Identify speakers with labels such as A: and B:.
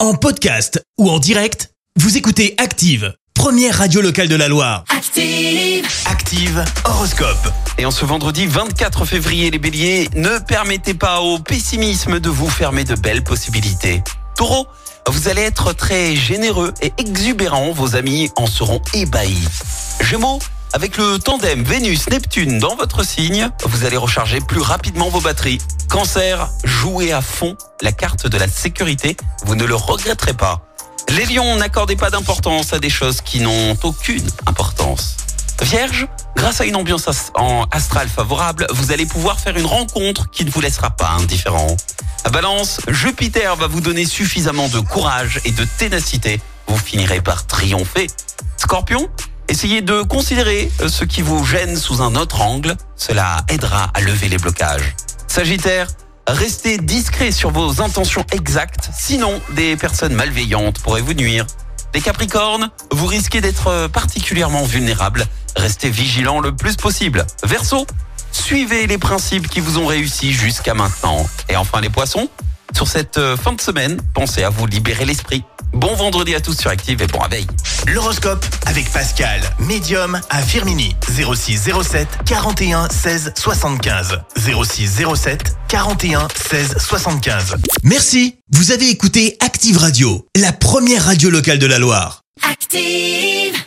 A: En podcast ou en direct, vous écoutez Active, première radio locale de la Loire.
B: Active,
C: Active
A: Horoscope.
C: et en ce vendredi 24 février les béliers, ne permettez pas au pessimisme de vous fermer de belles possibilités. Taureau, vous allez être très généreux et exubérant, vos amis en seront ébahis. Gémeaux, avec le tandem Vénus-Neptune dans votre signe, vous allez recharger plus rapidement vos batteries. Cancer, jouez à fond la carte de la sécurité, vous ne le regretterez pas. Les lions, n'accordez pas d'importance à des choses qui n'ont aucune importance. Vierge, grâce à une ambiance as- en astrale favorable, vous allez pouvoir faire une rencontre qui ne vous laissera pas indifférent. À Balance, Jupiter va vous donner suffisamment de courage et de ténacité. Vous finirez par triompher. Scorpion, essayez de considérer euh, ce qui vous gêne sous un autre angle. Cela aidera à lever les blocages. Sagittaire, restez discret sur vos intentions exactes, sinon des personnes malveillantes pourraient vous nuire. Les Capricornes, vous risquez d'être particulièrement vulnérables. Restez vigilants le plus possible. Verseau, suivez les principes qui vous ont réussi jusqu'à maintenant. Et enfin les Poissons, sur cette euh, fin de semaine, pensez à vous libérer l'esprit. Bon vendredi à tous sur Active et bon réveil.
A: L'horoscope avec Pascal, médium à Firmini. 06 07 41 16 75. 06 07 41 16 75. Merci, vous avez écouté Active Radio, la première radio locale de la Loire.
B: active.